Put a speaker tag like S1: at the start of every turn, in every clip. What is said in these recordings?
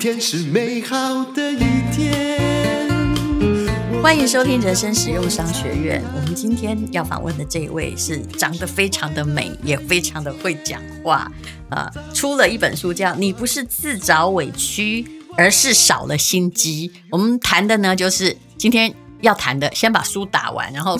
S1: 天是美好的一天。
S2: 欢迎收听人生实用商学院。我们今天要访问的这一位是长得非常的美，也非常的会讲话，呃，出了一本书叫《你不是自找委屈，而是少了心机》。我们谈的呢，就是今天要谈的，先把书打完，然后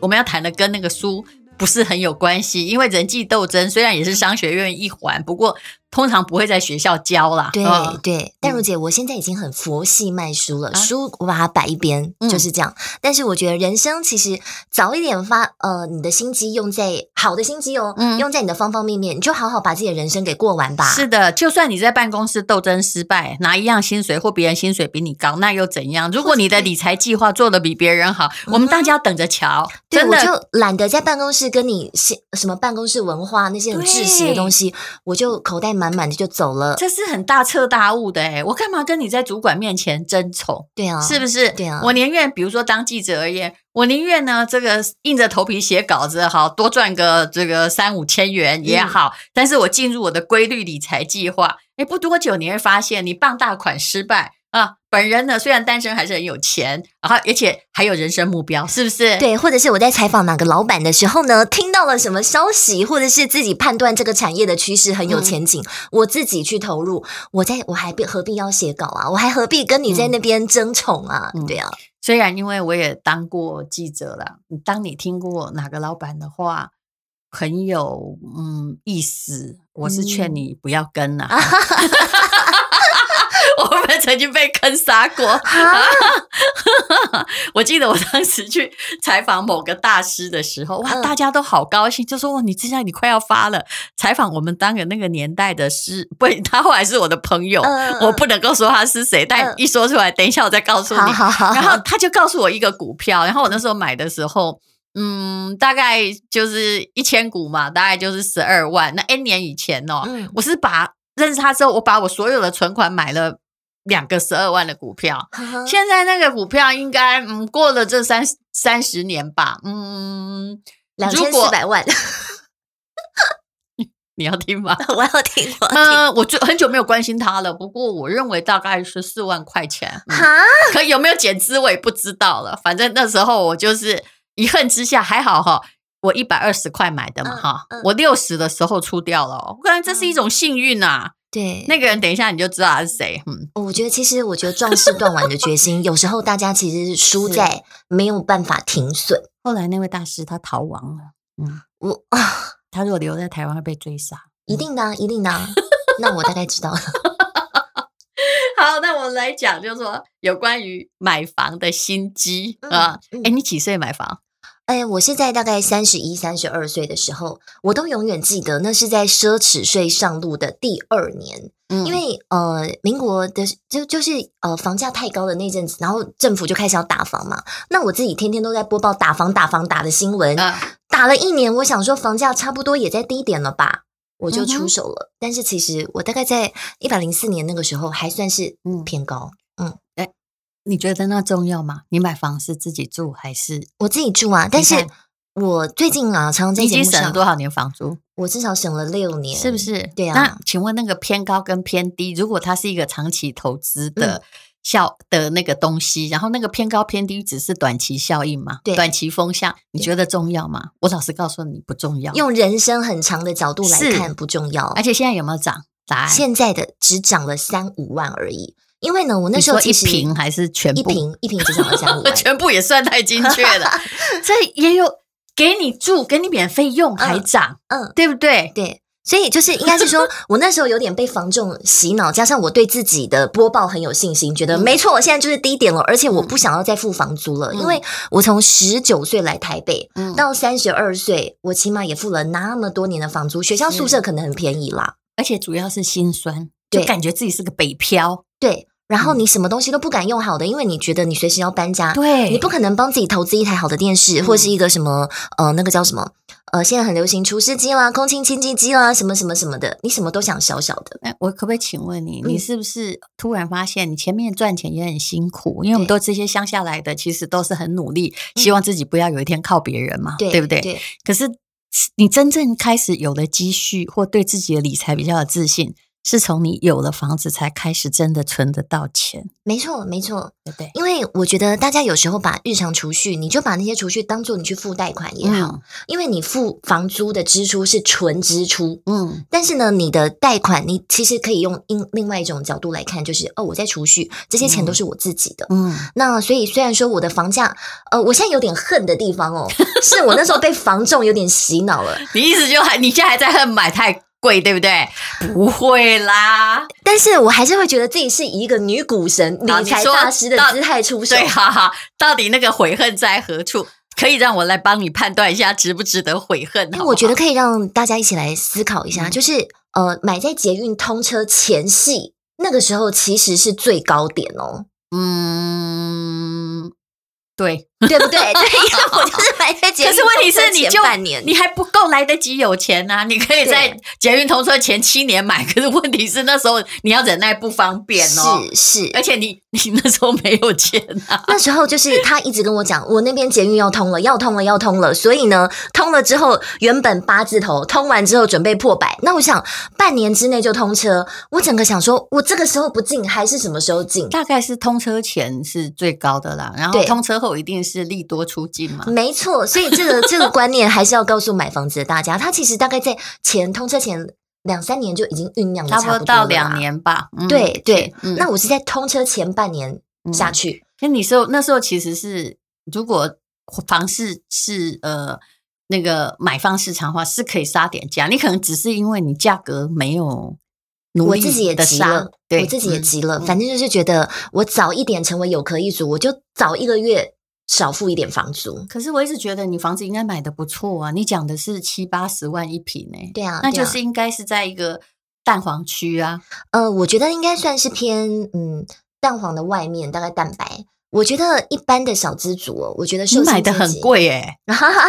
S2: 我们要谈的跟那个书不是很有关系，因为人际斗争虽然也是商学院一环，不过通常不会在学校教啦。
S3: 对
S2: 嗯
S3: 对，淡如姐，我现在已经很佛系卖书了，
S2: 啊
S3: 书我把它摆一边，
S2: 嗯
S3: 就是这样。但是我觉得人生其实早一点发呃你的心机用在好的心机哦，
S2: 嗯
S3: 用在你的方方面面，你就好好把自己的人生给过完吧。
S2: 是的，就算你在办公室斗争失败，拿一样薪水或别人薪水比你高，那又怎样？如果你的理财计划做得比别人好，我们大家等着瞧。
S3: 嗯对，
S2: 真
S3: 我
S2: 的，
S3: 就懒得在办公室跟你是什么办公室文化那些很窒息的东西，我就口袋满满的就走了。
S2: 这是很大彻大悟的哎！我干嘛跟你在主管面前争宠？
S3: 对啊，
S2: 是不是？
S3: 对啊
S2: 我宁愿比如说当记者而言，我宁愿呢这个硬着头皮写稿子好，多赚个这个三五千元
S3: 嗯
S2: 也好，但是我进入我的规律理财计划，哎，不多久你会发现你傍大款失败啊。本人呢虽然单身还是很有钱，然后而且还有人生目标，是不是？。
S3: 对，或者是我在采访哪个老板的时候呢，听到了什么消息，或者是自己判断这个产业的趋势很有
S2: 嗯
S3: 前景，我自己去投入，我在我还必何必要写稿啊？我还何必跟你在那边争宠啊？
S2: 嗯
S3: 对啊，
S2: 虽然因为我也当过记者啦，你当你听过哪个老板的话很有嗯意思，我是劝
S3: 嗯
S2: 你不要跟 啦、我们曾经被坑杀过。我记得我当时去采访某个大师的时候，哇，
S3: 嗯
S2: 大家都好高兴，就说：“哇，你这下你快要发了。”采访我们当个那个年代的师，不，他后来是我的朋友，
S3: 嗯
S2: 我不能够说他是谁，但
S3: 嗯
S2: 一说出来，等一下我再告诉你。
S3: 好好好，
S2: 然后他就告诉我一个股票，然后我那时候买的时候，嗯，大概就是一千股嘛，大概就是十二万。那 N 年以前哦，
S3: 嗯
S2: 我是把认识他之后，我把我所有的存款买了两个十二万的股票。
S3: 呵呵
S2: 现在那个股票应该嗯过了这三三十年吧，嗯，
S3: 两
S2: 如
S3: 千
S2: 果
S3: 四百万，
S2: 你要听吗？
S3: 我要听， 我要听。
S2: 嗯、我就很久没有关心他了，不过我认为大概是四万块钱。嗯
S3: 哈，
S2: 可有没有减资我也不知道了。反正那时候我就是一恨之下，还好哈，我一百二十块买的嘛
S3: 嗯
S2: 哈，
S3: 嗯
S2: 我六十的时候出掉了哦，我感觉这是一种幸运啊。
S3: 对，
S2: 那个人等一下你就知道他是谁，嗯，
S3: 我觉得其实我觉得壮士断腕的决心，有时候大家其实是输
S2: 是
S3: 在没有办法停损。
S2: 后来那位大师他逃亡了，
S3: 我
S2: 嗯
S3: 啊，
S2: 他如果留在台湾会被追杀。
S3: 一定的啊，一定的啊。那我大概知道了。
S2: 好，那我们来讲，就是说有关于买房的心机 啊。
S3: 嗯嗯
S2: 哎，你几岁买房？
S3: 哎，我是在大概三十一、三十二岁的时候，我都永远记得，那是在奢侈税上路的第二年，
S2: 嗯
S3: 因为呃，民国的就就是呃房价太高的那阵子，然后政府就开始要打房嘛。那我自己天天都在播报打房、打房、打的新闻，
S2: 啊，
S3: 打了一年，我想说房价差不多也在低点了吧，我就
S2: 嗯
S3: 出
S2: 哼
S3: 手了。但是其实我大概在一百零四年那个时候还算是
S2: 嗯
S3: 偏高，
S2: 你觉得那重要吗？你买房是自己住还是？
S3: 我自己住啊，但
S2: 看
S3: 是。我最近啊，常常
S2: 你
S3: 在
S2: 已
S3: 节
S2: 经
S3: 目
S2: 省了
S3: 上，
S2: 多少年房租？
S3: 我至少省了六年，
S2: 是不？是？
S3: 对啊
S2: 那请问那个偏高跟偏低，如果它是一个长期投资
S3: 嗯
S2: 的效、的那个东西，然后那个偏高偏低只是短期效应嘛？
S3: 对
S2: 短期风向，你
S3: 对
S2: 觉得重要吗？我老实告诉你，不重要。
S3: 用人生很长的角度来
S2: 是哎
S3: 看不重要
S2: 而，且现在有没有涨？答案
S3: 现在的只涨了三五万而已。因为呢，我那
S2: 你
S3: 时候
S2: 说
S3: 其
S2: 一
S3: 实
S2: 瓶还是全
S3: 一
S2: 部？
S3: 瓶一瓶只涨了三五 万，
S2: 全部也算太精确 了，这也有给你住，给你免费用还涨，
S3: 嗯
S2: 对不对？
S3: 对。所以就是应该是说，我那时候有点被房仲洗脑，加上我对自己的播报很有信心，觉得
S2: 嗯
S3: 没错，我现在就是低点了，而且我不想要再付房租了，
S2: 嗯
S3: 因为我从十九岁来台北
S2: 嗯，
S3: 到三十二岁，我起码也付了那么多年的房租，学校宿舍可能很便宜啦，
S2: 而且主要是心酸，
S3: 对
S2: 就感觉自己是个北漂，
S3: 对。然后
S2: 嗯
S3: 你什么东西都不敢用好的，因为你觉得你随时要搬家，
S2: 对
S3: 你不可能帮自己投资一台好的电视，
S2: 哎嗯
S3: 或是一个什么呃那个叫什么呃，现在很流行除湿机啦、空气清净机啦，什么什么什么的，你什么都想小小的。
S2: 哎，我可不可以请问你，
S3: 嗯
S2: 你是不是突然发现你前面赚钱也很辛苦？因为我们
S3: 对
S2: 都这些乡下来的，其实都是很努力，希望自己不要有一天靠别人嘛，
S3: 对
S2: 不哦对？
S3: 对，
S2: 可是你真正开始有了积蓄，或对自己的理财比较有自信，是从你有了房子才开始真的存得到钱，
S3: 没错，没错。
S2: 对不对？
S3: 因为我觉得大家有时候把日常储蓄，你就把那些储蓄当做你去付贷款也好，
S2: 嗯
S3: 因为你付房租的支出是纯支出，
S2: 嗯
S3: 但是呢，你的贷款你其实可以用另另外一种角度来看，就是哦，我在储蓄，这些钱都是我自己的。
S2: 嗯，
S3: 那所以虽然说我的房价，呃，我现在有点恨的地方哦，是我那时候被房仲有点洗脑了。
S2: 你意思就还你现在还在恨买太贵，对不对？不会啦，
S3: 但是我还是会觉得自己是以一个女股神、
S2: 好
S3: 理
S2: 你
S3: 财
S2: 说
S3: 大师的
S2: 到
S3: 姿态出手。
S2: 对，哈哈，到底那个悔恨在何处？可以让我来帮你判断一下，值不值得悔恨？
S3: 哎，
S2: 好不
S3: 我觉得
S2: 好
S3: 可以让大家一起来思考一下，
S2: 嗯
S3: 就是呃，买在捷运通车前夕那个时候，其实是最高点 哦，
S2: 嗯，对。
S3: 对不对？对，因为我就是买在捷
S2: 可
S3: 运
S2: 是
S3: 通
S2: 问题
S3: 车
S2: 是，你
S3: 前
S2: 就
S3: 半年，
S2: 你还不够来得及有钱呐、你可以在
S3: 对
S2: 捷运通车前七年买，可是问题是那时候你要忍耐不方便哦，
S3: 是是。
S2: 而且你 你那时候没有钱啊，
S3: 那时候就是他一直跟我讲，我那边捷运要通了，要通了，要通了。所以呢，通了之后，原本八字头，通完之后准备破百。那我想半年之内就通车，我整个想说，我这个时候不进，还是什么时 候进？
S2: 大概是通车前是最高的啦，然后
S3: 对
S2: 通车后一定是利多出尽嘛，
S3: 没错，所以这个这个观念还是要告诉买房子的大家，他其实大概在前通车前两三年就已经酝酿的
S2: 差
S3: 不
S2: 不多
S3: 了
S2: 到
S3: 啦
S2: 两。年吧。嗯
S3: 对对，
S2: 嗯
S3: 那我是在通车前半年下
S2: 嗯
S3: 去，
S2: 可你时候那时候其实是，如果房市是呃那个买方市场的话，是可以杀点价。你可能只是因为你价格没有努
S3: 我
S2: 力
S3: 自己也
S2: 的
S3: 急
S2: 杀
S3: 了，，
S2: 对
S3: 我自己也
S2: 嗯
S3: 急了，
S2: 嗯
S3: 反正就是觉得我早一点成为有壳一族，我就早一个月少付一点房租。
S2: 可是我一直觉得你房子应该买的不错啊，你讲的是七八十万一平呢、
S3: 对啊，
S2: 那
S3: 对
S2: 就
S3: 啊
S2: 是应该是在一个蛋黄区 啊，
S3: 呃，我觉得应该算是偏嗯蛋黄的外面，大概蛋白。我觉得一般的小资族哦，我觉得
S2: 你
S3: 受
S2: 买
S3: 薪
S2: 的
S3: 阶
S2: 很
S3: 级，
S2: 贵 诶、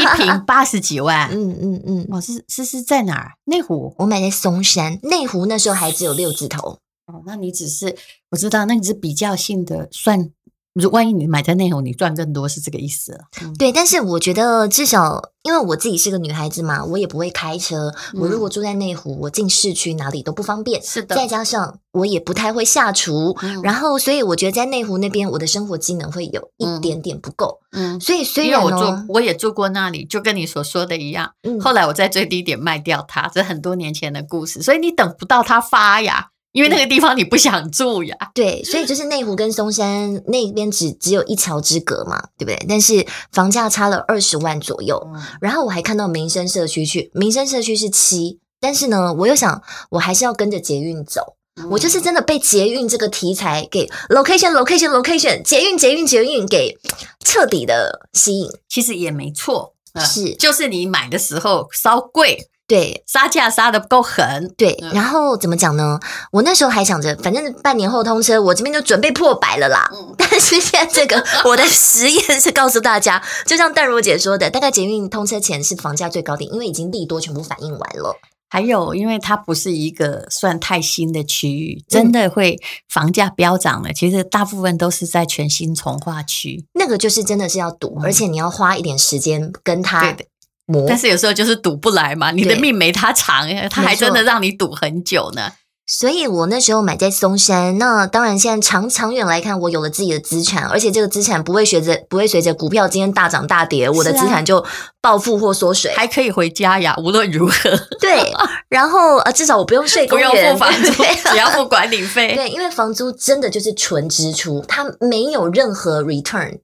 S2: 一平八十几万。
S3: 嗯嗯嗯，
S2: 哦，是是是在哪儿？内湖
S3: 我买在松山内湖，那时候还只有六字头。
S2: 哦，那你只是我知道，那你是比较性的算。如万一你买在内湖，你赚更多，是这个意思了。嗯
S3: 对，但是我觉得至少，因为我自己是个女孩子嘛，我也不会开车。我如
S2: 嗯
S3: 果住在内湖，我进市区哪里都不方便。
S2: 是的
S3: 再加上我也不太会下厨，
S2: 嗯
S3: 然后所以我觉得在内湖那边，我的生活机能会有一
S2: 嗯
S3: 点点不够。
S2: 嗯，
S3: 所以虽
S2: 因为
S3: 然
S2: 我
S3: 呢
S2: 住，，我也住过那里，就跟你所说的一样。
S3: 嗯
S2: 后来我在最低点卖掉它，这很多年前的故事，所以你等不到它发芽，因为那个地方你不想住呀。
S3: 对，所以就是内湖跟松山那边只只有一桥之隔嘛，对不对？但是房价差了二十万左
S2: 嗯
S3: 右，
S2: 哦
S3: 然后我还看到民生社区去，民生社区是七，但是呢，我又想，我还是要跟着捷运走。
S2: 嗯
S3: 我就是真的被捷运这个题材给 location location location 捷运捷运捷运给彻底的吸引。
S2: 其实也没错，嗯
S3: 是
S2: 就是你买的时候稍贵，
S3: 对
S2: 杀价杀的不够狠，
S3: 对，
S2: 嗯
S3: 然后怎么讲呢？我那时候还想着，反正半年后通车，我这边就准备破百了啦。
S2: 嗯
S3: 但是现在 这个我的实验是告诉大家，就像淡如姐说的，大概捷运通车前是房价最高点，因为已经利多全部反应完了。
S2: 还有，因为它不是一个算太新的区域，
S3: 嗯
S2: 真的会房价飙涨的。其实大部分都是在全新从化区，
S3: 那个就是真的是要赌，而且你要花一点时间跟
S2: 嗯对
S3: 他
S2: 的。
S3: 磨。
S2: 但是有时候就是赌不来嘛，你的
S3: 啊对
S2: 命没他长，他还真的让你赌很久呢。
S3: 所以我那时候买在松山，那当然现在长长远来看，我有了自己的资产，而且这个资产不会随着不会随着股票今天大涨大跌，我的
S2: 是啊
S3: 资产就暴富或缩水。
S2: 还可以回家呀，无论如何
S3: 对，然后呃，至少我不用睡
S2: 不
S3: 公园，
S2: 用付房租
S3: 对，啊
S2: 只要哎付管理费。
S3: 对，因为房租真的就是纯支出，它没有任何 return，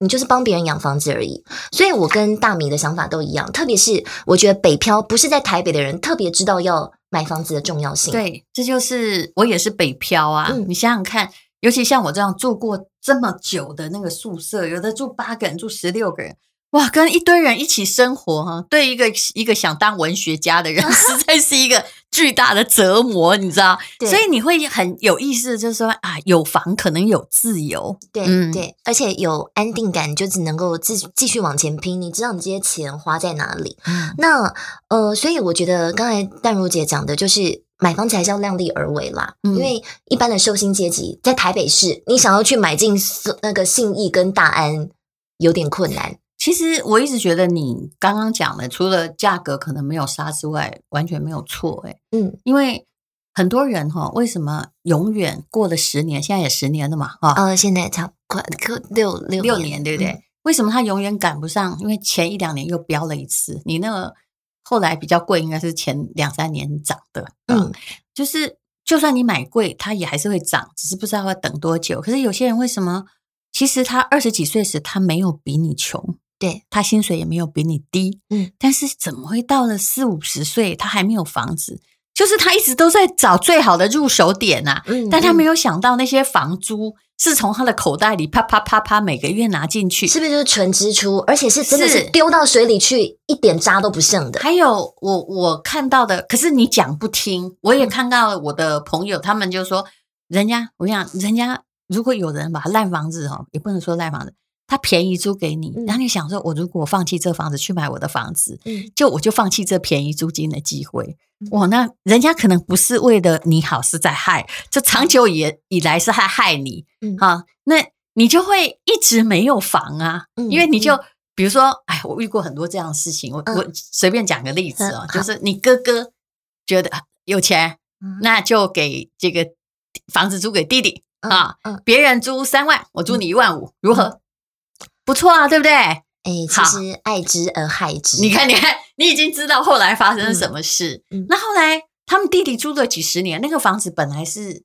S3: 你就是帮别人养房子而已。所以我跟大米的想法都一样，特别是我觉得北漂不是在台北的人特别知道要买房子的重要性。，
S2: 对，这就是我也是北漂啊。
S3: 嗯
S2: 你想想看，尤其像我这样住过这么久的那个宿舍，有的住八个人，住十六个人。哇，跟一堆人一起生活哈、对一个一个想当文学家的人， 实在是一个巨大的折磨，你知道？
S3: 对
S2: 所以你会很有意思，就是说啊，有房可能有自由，
S3: 对，
S2: 嗯
S3: 对，而且有安定感，你就只能够继续继续往前拼。你知道你这些钱花在哪里？那呃，所以我觉得刚才淡如姐讲的就是。买房子还是要量力而为啦，
S2: 嗯
S3: 因为一般的受薪阶级在台北市，你想要去买进松那个信义跟大安有点困难。
S2: 其实我一直觉得你刚刚讲的，除了价格可能没有杀之外，完全没有错诶、哎
S3: 嗯，
S2: 因为很多人哈、为什么永远过了十年，现在也十年了嘛，哈、
S3: 呃，现在差不快快六六
S2: 六年哦对不对？
S3: 嗯
S2: 为什么他永远赶不上？因为前一两年又飙了一次，你那个后来比较贵，应该是前两三年涨的，嗯，
S3: 嗯，
S2: 就是就算你买贵，它也还是会涨，只是不知道要等多久。可是有些人为什么？其实他二十几岁时，他没有比你穷，
S3: 对，
S2: 他薪水也没有比你低，
S3: 嗯，
S2: 但是怎么会到了四五十岁，他还没有房子？就是他一直都在找最好的入手点啊，
S3: 嗯
S2: 但他没
S3: 有，
S2: 有想到那些房租是从他的口袋里啪啪啪啪每个月拿进去。
S3: 是不是就是纯支出？而且是真的是
S2: 是
S3: 丢到水里去，一点渣都不剩的。
S2: 还有我我看到的，可是你讲不听，我
S3: 嗯
S2: 也看到我的朋友，他们就说，人家我跟你讲，人家如果有人把烂房子哦，也不能说烂房子，他便宜租给你，
S3: 嗯
S2: 然后你想说，我如果放弃这房子去买我的房子，
S3: 嗯，
S2: 就我就放弃这便宜租金的机会
S3: 嗯。
S2: 哇，那人家可能不是为了你好，是在害，就长久以以来是在害你。
S3: 嗯
S2: 啊，那你就会一直没有房啊，
S3: 嗯
S2: 因为你就、比如说，哎，我遇过很多这样的事情，我、
S3: 嗯
S2: 我随便讲个例子哦
S3: 嗯，好
S2: 就是你哥哥觉得啊有钱，
S3: 嗯
S2: 那就给这个房子租给弟弟，
S3: 嗯
S2: 啊，
S3: 嗯，
S2: 别人租三万，我租你一万五，如何？不错啊，对不对？
S3: 哎，其
S2: 好
S3: 实爱之而害之。
S2: 你看，你看，你已经知道后来发生了什么事。
S3: 嗯嗯
S2: 那后来他们弟弟住了几十年，那个房子本来是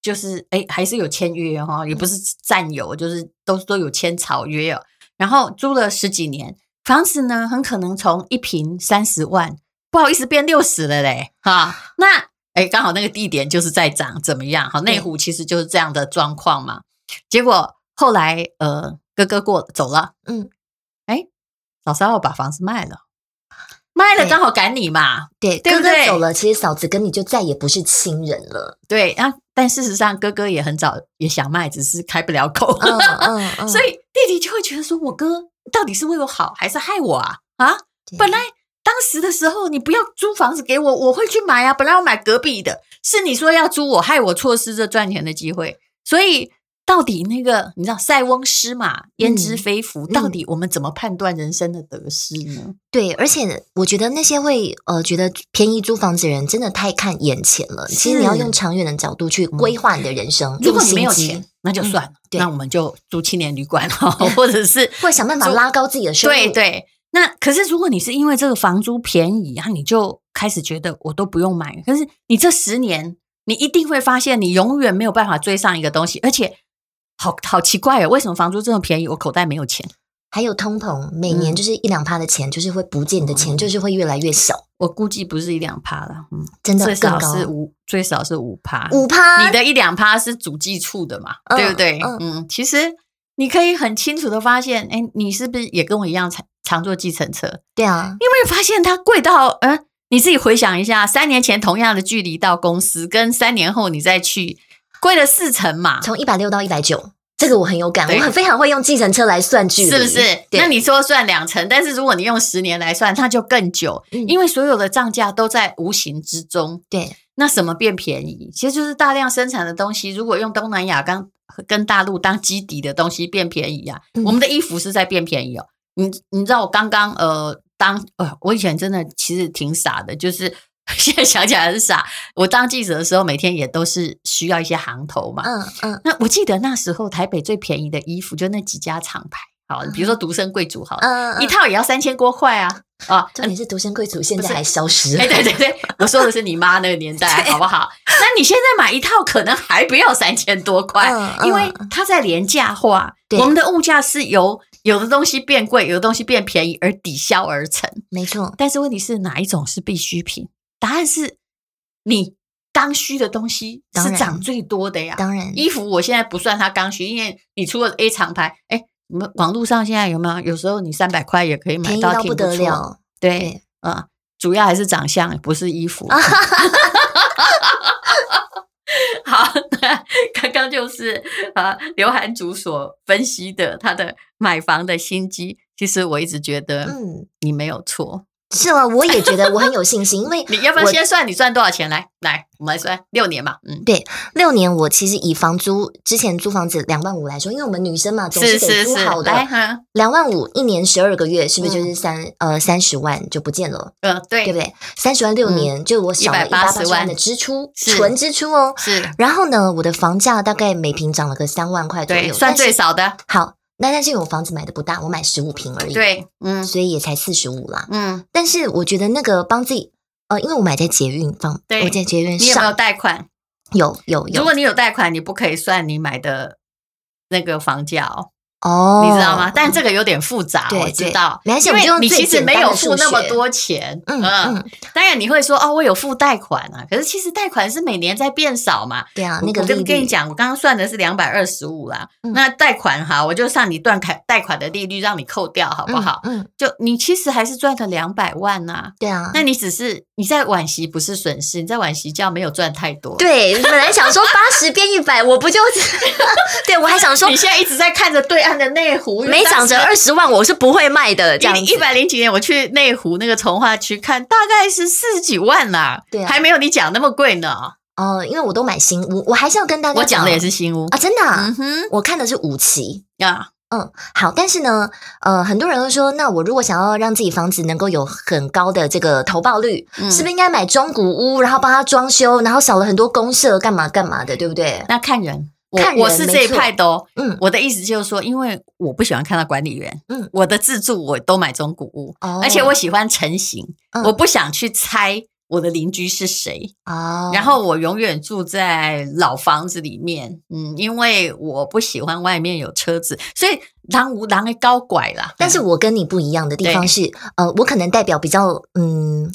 S2: 就是哎，还是有签约哈、哦，也不
S3: 嗯
S2: 是占有，就是都都有签草约哦。然后租了十几年，房子呢很可能从一平三十万，不好意思变六十了嘞哈。
S3: 啊
S2: 那哎，刚好那个地点就是在涨，怎么样？哈，内湖其实就是这样的状况嘛。结果后来呃，哥哥过走了，
S3: 嗯，
S2: 哎，老三我把房子卖了，卖了
S3: 对
S2: 刚好赶你嘛，
S3: 对，
S2: 对
S3: 哥
S2: 不
S3: 哥
S2: 对
S3: 走了，其实嫂子跟你就再也不是亲人 了。
S2: 对。啊，但事实上哥哥也很早也想卖，只是开不了口，
S3: 嗯 嗯嗯，
S2: 所以弟弟就会觉得说，我哥到底是为我好还是害我啊？啊，
S3: 以
S2: 本来当时的时候，你不要租房子给我，我会去买啊。本来我买隔壁的，是你说要租我，害我错失这赚钱的机会。所以到底那个你知道塞翁失马焉
S3: 嗯
S2: 知非福？到底我们怎么判断人生的得失呢？
S3: 对，而且我觉得那些会呃觉得便宜租房子的人，真的太看眼前了。其实你要
S2: 是嗯
S3: 用长远的角度去规划你的人生，
S2: 如果
S3: 用
S2: 你没
S3: 心
S2: 有
S3: 机嗯
S2: 钱，，那就算了，
S3: 对
S2: 那我们就住青年旅馆 哈，或者是
S3: 或者想办法
S2: 就
S3: 拉高自己的收入。
S2: 对对，那可是如果你是因为这个房租便宜啊，你就开始觉得我都不用买。可是你这十年，你一定会发现你永远没有办法追上一个东西，而且好好奇怪哦，为什么房租这么便宜，我口袋没有钱？
S3: 还有通膨，每年
S2: 嗯
S3: 就是一两趴的钱，就是会不见你的钱，就是会越来越少，
S2: 我估计不是一两趴了，嗯，
S3: 真的
S2: 最
S3: 更
S2: 少
S3: 高
S2: 是五，最少是五趴，
S3: 五趴。
S2: 你的一两趴是主计处的嘛，
S3: 嗯
S2: 对不对？
S3: 嗯
S2: 嗯其实你可以很清楚的发现，哎，你是不是也跟我一样常常坐计程车？
S3: 对啊，
S2: 你有没有发现它贵到，嗯，你自己回想一下，三年前同样的距离到公司，跟三年后你再去，贵了四成嘛，
S3: 从一百六到一百九，这个我很有感，
S2: 对
S3: 我很非常会用计程车来算距离，
S2: 是不是？
S3: 对
S2: 那你说算两成，但是如果你用十年来算，那就更久，
S3: 嗯
S2: 因为所有的涨价都在无形之中。
S3: 对，
S2: 那什么变便宜？其实就是大量生产的东西，如果用东南亚刚跟大陆当基底的东西变便宜啊，
S3: 嗯
S2: 我们的衣服是在变便宜哦。你你知道我刚刚呃当呃我以前真的其实挺傻的，就是 现在想起来是傻。我当记者的时候，每天也都是需要一些行头嘛。
S3: 嗯嗯
S2: 那我记得那时候台北最便宜的衣服就那几家厂牌，好，比如说独身贵族好了，
S3: 嗯，
S2: 一
S3: 嗯
S2: 套也要三千多块啊啊！
S3: 重点是独身贵族现在还消失了
S2: 哎，，对对对，我说的是你妈那个年代，啊好不好？那你现在买一套可能还不要三千多块，
S3: 嗯嗯
S2: 因为它在廉价化。
S3: 对
S2: 我们的物价是由有的东西变贵，有的东西变便宜而抵消而成。
S3: 没错，
S2: 但是问题是哪一种是必需品？答案是你刚需的东西
S3: 当
S2: 是
S3: 然
S2: 涨最多的呀。
S3: 当然，
S2: 衣服我现在不算它刚需，因为你除了 A 厂牌，哎，你们网络上现在有没有？有时候你三百块也可以买
S3: 便宜
S2: 到
S3: 到
S2: 挺
S3: 不
S2: 不
S3: 得
S2: 错
S3: 了，
S2: 对，啊、主要还是长相，不是衣服。 好，那刚刚就是啊，刘涵竹所分析的他的买房的心机，其实我一直觉得
S3: 嗯，
S2: 你没有错，
S3: 是啊，我也觉得我很有信心，因为
S2: 你要不要
S3: 我
S2: 先算你赚多少钱？来来，我们来算六年吧。嗯，
S3: 六年我其实以房租之前租房子两万五来说，因为我们女生嘛总
S2: 是是
S3: 得租
S2: 是哎
S3: 好，
S2: 来
S3: 的，
S2: 哈，
S3: 两万五一年十二个月是不是就是三、呃三十万就不见了，
S2: 呃，
S3: 对
S2: 对，嗯
S3: 不对？三十万六年、就我少了一百八
S2: 180
S3: 十万
S2: 万
S3: 的支出，
S2: 是
S3: 纯支出哦。
S2: 是，
S3: 然后呢，我的房价大概每平涨了个三万块左
S2: 对，
S3: 右，
S2: 算
S3: 但
S2: 最
S3: 是
S2: 少的，
S3: 好。那但是因为我房子买的不大，我买十五平而已，，
S2: 对，嗯
S3: 所以也才四十五啦。
S2: 嗯，
S3: 但是我觉得那个帮自己，呃，因为我买在捷运房，
S2: 对
S3: 我在捷运
S2: 你有没有
S3: 上
S2: 贷款？
S3: 有有有
S2: 如果你有贷款，你不可以算你买的那个房价哦，
S3: 哦，
S2: 你知道吗？但这个有点复杂，
S3: 对
S2: 我知道，
S3: 对没关系
S2: 因
S3: 我
S2: 为
S3: 们就用
S2: 你
S3: 最
S2: 其实
S3: 简单
S2: 没
S3: 的
S2: 有
S3: 数
S2: 付那么
S3: 学
S2: 多钱，
S3: 嗯嗯，
S2: 当然你会说哦，我有付贷款啊，可是其实贷款是每年在变少嘛。
S3: 对啊，
S2: 我
S3: 那个
S2: 我
S3: 利
S2: 跟跟你
S3: 率，
S2: 讲，我刚刚算的是两百二十五啦。
S3: 嗯
S2: 那贷款哈，我就算你断款贷款的利率让你扣掉，好不好？
S3: 嗯，嗯
S2: 就你其实还是赚了两百万呐、
S3: 对啊。
S2: 那你只是你在惋惜不是损失，你在惋惜叫没有赚太多。
S3: 对，本来想说八十变一百，我 不就？对我还想说
S2: 你现在一直在看着对岸的内湖，
S3: 没涨着二十万，我是不会卖的这样
S2: 一一
S3: 子。
S2: 百零几年，我去内湖那个从化区看，大概是四十几万啦，
S3: 对啊
S2: 还没有你讲那么贵呢。
S3: 哦，因为我都买新屋，我还是要跟大家
S2: 我讲的也是新屋
S3: 啊，真的啊，
S2: 嗯哼
S3: 我看的是五期。
S2: 啊，
S3: 嗯，好，但是呢，呃，很多人都说，那我如果想要让自己房子能够有很高的这个投报率，
S2: 嗯
S3: 是不是应该买中古屋，然后帮他装修，然后少了很多公社，干嘛干嘛的，对不对？
S2: 那看人，我
S3: 看人
S2: 我是这
S3: 没
S2: 一
S3: 错
S2: 派的哦。
S3: 嗯，
S2: 我的意思就是说，因为我不喜欢看到管理员，
S3: 嗯
S2: 嗯，我的自助我都买中古屋，
S3: 哦
S2: 而且我喜欢成型，
S3: 嗯
S2: 我不想去猜我的邻居是谁。
S3: 哦，
S2: 然后我永远住在老房子里面，嗯，因为我不喜欢外面有车子，所以狼无狼的高拐啦。
S3: 但是我跟你不一样的地方
S2: 对
S3: 是，呃，我可能代表比较嗯，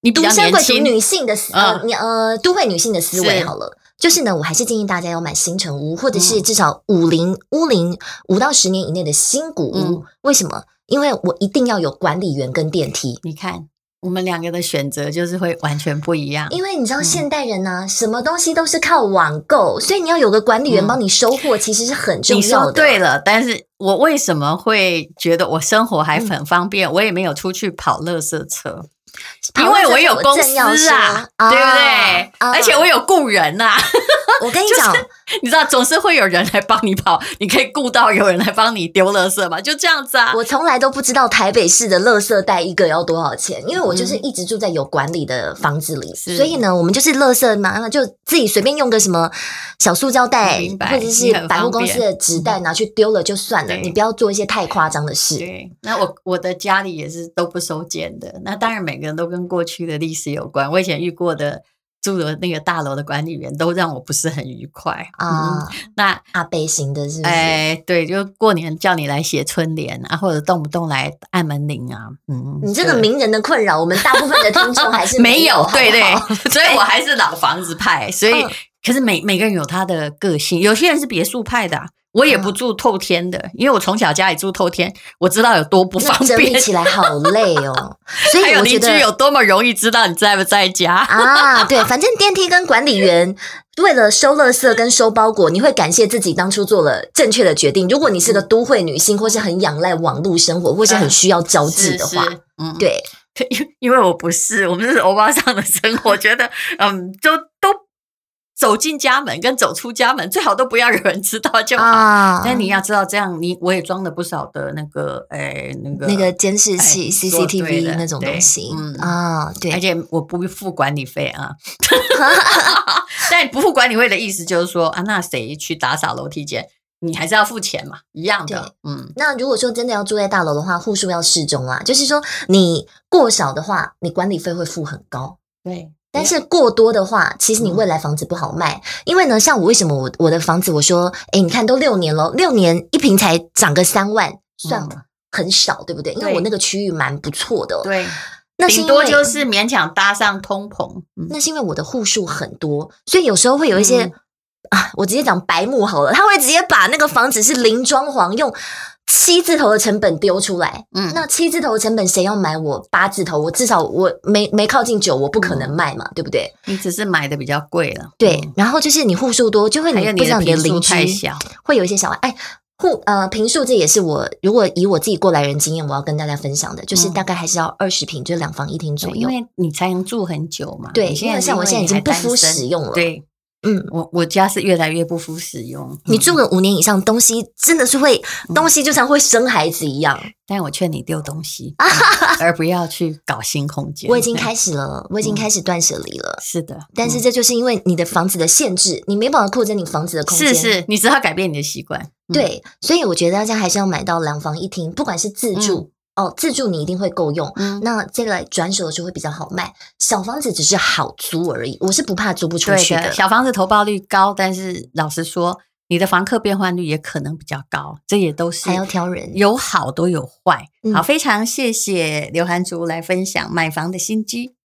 S2: 你比
S3: 独
S2: 较
S3: 生
S2: 年
S3: 贵族
S2: 轻，
S3: 女性的思呃
S2: 嗯
S3: 你呃都会女性的思维
S2: 是
S3: 好了。就是呢，我还是建议大家要买新城屋，或者是
S2: 嗯
S3: 至少五零屋龄五到十年以内的新古屋。
S2: 嗯
S3: 为什么？因为我一定要有管理员跟电梯。
S2: 你看我们两个的选择就是会完全不一样。
S3: 因为你知道
S2: 嗯
S3: 现代人呢、什么东西都是靠网购，所以你要有个管理员
S2: 嗯
S3: 帮你收货，其实是很重
S2: 你
S3: 要
S2: 说
S3: 的。
S2: 对了，但是我为什么会觉得我生活
S3: 嗯
S2: 还很方便？我也没有出去跑垃圾车，
S3: 跑
S2: 因
S3: 到这
S2: 为
S3: 个
S2: 我有公
S3: 正要
S2: 司
S3: 说
S2: 啊，
S3: 啊
S2: 对不对？
S3: 啊
S2: 而且我有雇人呐、啊，
S3: 我跟你
S2: 就是啊
S3: 讲，
S2: 你知道，总是会有人来帮你跑，你可以雇到有人来帮你丢垃圾嘛，就这样子啊。
S3: 我从来都不知道台北市的垃圾袋一个要多少钱，因为我就是一直住在有管理的房子里，
S2: 嗯是
S3: 所以呢，我们就是垃圾嘛，那就自己随便用个什么小塑胶袋
S2: 明，白
S3: 或者是
S2: 你很方便嗯
S3: 百货公司的纸袋拿去丢了就算了，
S2: 对
S3: 你不要做一些太夸张的事。
S2: 对，那我我的家里也是都不收件的。那当然，每个人都跟过去的历史有关。我以前遇过的住的那个大楼的管理员都让我不是很愉快
S3: 啊、
S2: 嗯那
S3: 阿贝型的是不是？
S2: 哎，对，就过年叫你来写春联啊，或者动不动来按门铃啊。嗯，
S3: 你这个
S2: 就
S3: 名人的困扰，我们大部分的听众还 是
S2: 没
S3: 有，
S2: 有，
S3: 好不好
S2: 对对，所以我还是老房子派。所以
S3: 嗯，
S2: 可是每每个人有他的个性，有些人是别墅派的啊、我也
S3: 嗯
S2: 不住透天的，因为我从小家里住透天，我知道有多不
S3: 那
S2: 方
S3: 整理
S2: 便。
S3: 起来好累哦。所
S2: 还
S3: 以
S2: 有
S3: 我觉
S2: 邻居
S3: 得
S2: 有多么容易知道你在不在家。
S3: 啊，对，反正电梯跟管理员为了收垃圾跟收包裹，你会感谢自己当初做了正确的决定。如果你是
S2: 嗯
S3: 个都会女性，或是很仰赖网络生活，或是很需要交际 的话，
S2: 是，是嗯，
S3: 对，
S2: 对，因因为我不是，我们是欧巴桑的生活，觉得嗯，就都走进家门跟走出家门，最好都不要有人知道就好。
S3: 啊，
S2: 但你要知道，这样你我也装了不少的那个，哎，那个
S3: 那个，监视器、
S2: 哎做对
S3: CCTV
S2: 了
S3: 那种东西
S2: 对嗯
S3: 啊，
S2: 而
S3: 对，
S2: 且我不付管理费 啊。但不付管理费的意思就是说啊，那谁去打扫楼梯间，你还是要付钱嘛，一样的，嗯。
S3: 那如果说真的要住在大楼的话，户数要适中啦。就是说，你过少的话，你管理费会付很高。
S2: 对，嗯
S3: 但是过多的话，其实你未来房子不好卖，因为呢，像我为什么我我的房子我说，哎，你看都六年了，六年一平才涨个三万，算
S2: 嗯
S3: 很少，对不对？因为
S2: 对
S3: 我那个区域蛮不错的，
S2: 对，
S3: 那是
S2: 顶
S3: 因
S2: 多
S3: 为
S2: 就是勉强搭上通膨。嗯
S3: 那是因为我的户数很多，所以有时候会有一些、
S2: 嗯
S3: 啊，我直接讲白目好了，他会直接把那个房子是零装潢，用七字头的成本丢出来，
S2: 嗯
S3: 那七字头的成本谁要买我八字头？我至少我没没靠近九，我不可能卖嘛，对不对？
S2: 你只是买的比较贵了，
S3: 对
S2: 嗯，
S3: 然后就是你户数多，就会
S2: 还有
S3: 你
S2: 你
S3: 不知
S2: 的
S3: 道你的
S2: 平
S3: 邻
S2: 数
S3: 居
S2: 太小，
S3: 会有一些小哎。互呃平数，这也是我如果以我自己过来人经验，我要跟大家分享的，就是大概还是要二十平，就是两房一厅左
S2: 嗯对
S3: 右
S2: 因。为你才能住很久嘛。
S3: 对
S2: 你现
S3: 因
S2: 在
S3: 为
S2: 是
S3: 像我
S2: 因为
S3: 现在已
S2: 你
S3: 经
S2: 还
S3: 不
S2: 单
S3: 敷
S2: 身
S3: 使用了
S2: 对，
S3: 嗯，
S2: 我我家是越来越不敷使用。
S3: 你
S2: 嗯
S3: 住个五年以上，东西真的是会，东西就像会生孩子一样。
S2: 但我劝你丢东 西，嗯而不要去搞新空间。
S3: 我已经开始了，我已经
S2: 嗯
S3: 开始断舍离了。
S2: 是的，
S3: 但是
S2: 嗯
S3: 这就是因为你的房子的限制，你没办法扩增你房子的空
S2: 是
S3: 间。
S2: 是，你只好改变你的习惯。嗯，
S3: 对，所以我觉得大家还是要买到两房一厅，不管是自住、哦，自住你一定会够用。
S2: 嗯，
S3: 那这个转手就会比较好卖，小房子只是好租而已。我是不怕租不出
S2: 对
S3: 去的。
S2: 的。小房子投报率高，但是老实说，你的房客变换率也可能比较高，这也都是
S3: 还要挑人，
S2: 有好都有坏。
S3: 嗯
S2: 好，非常谢谢刘涵竹来分享买房的心机。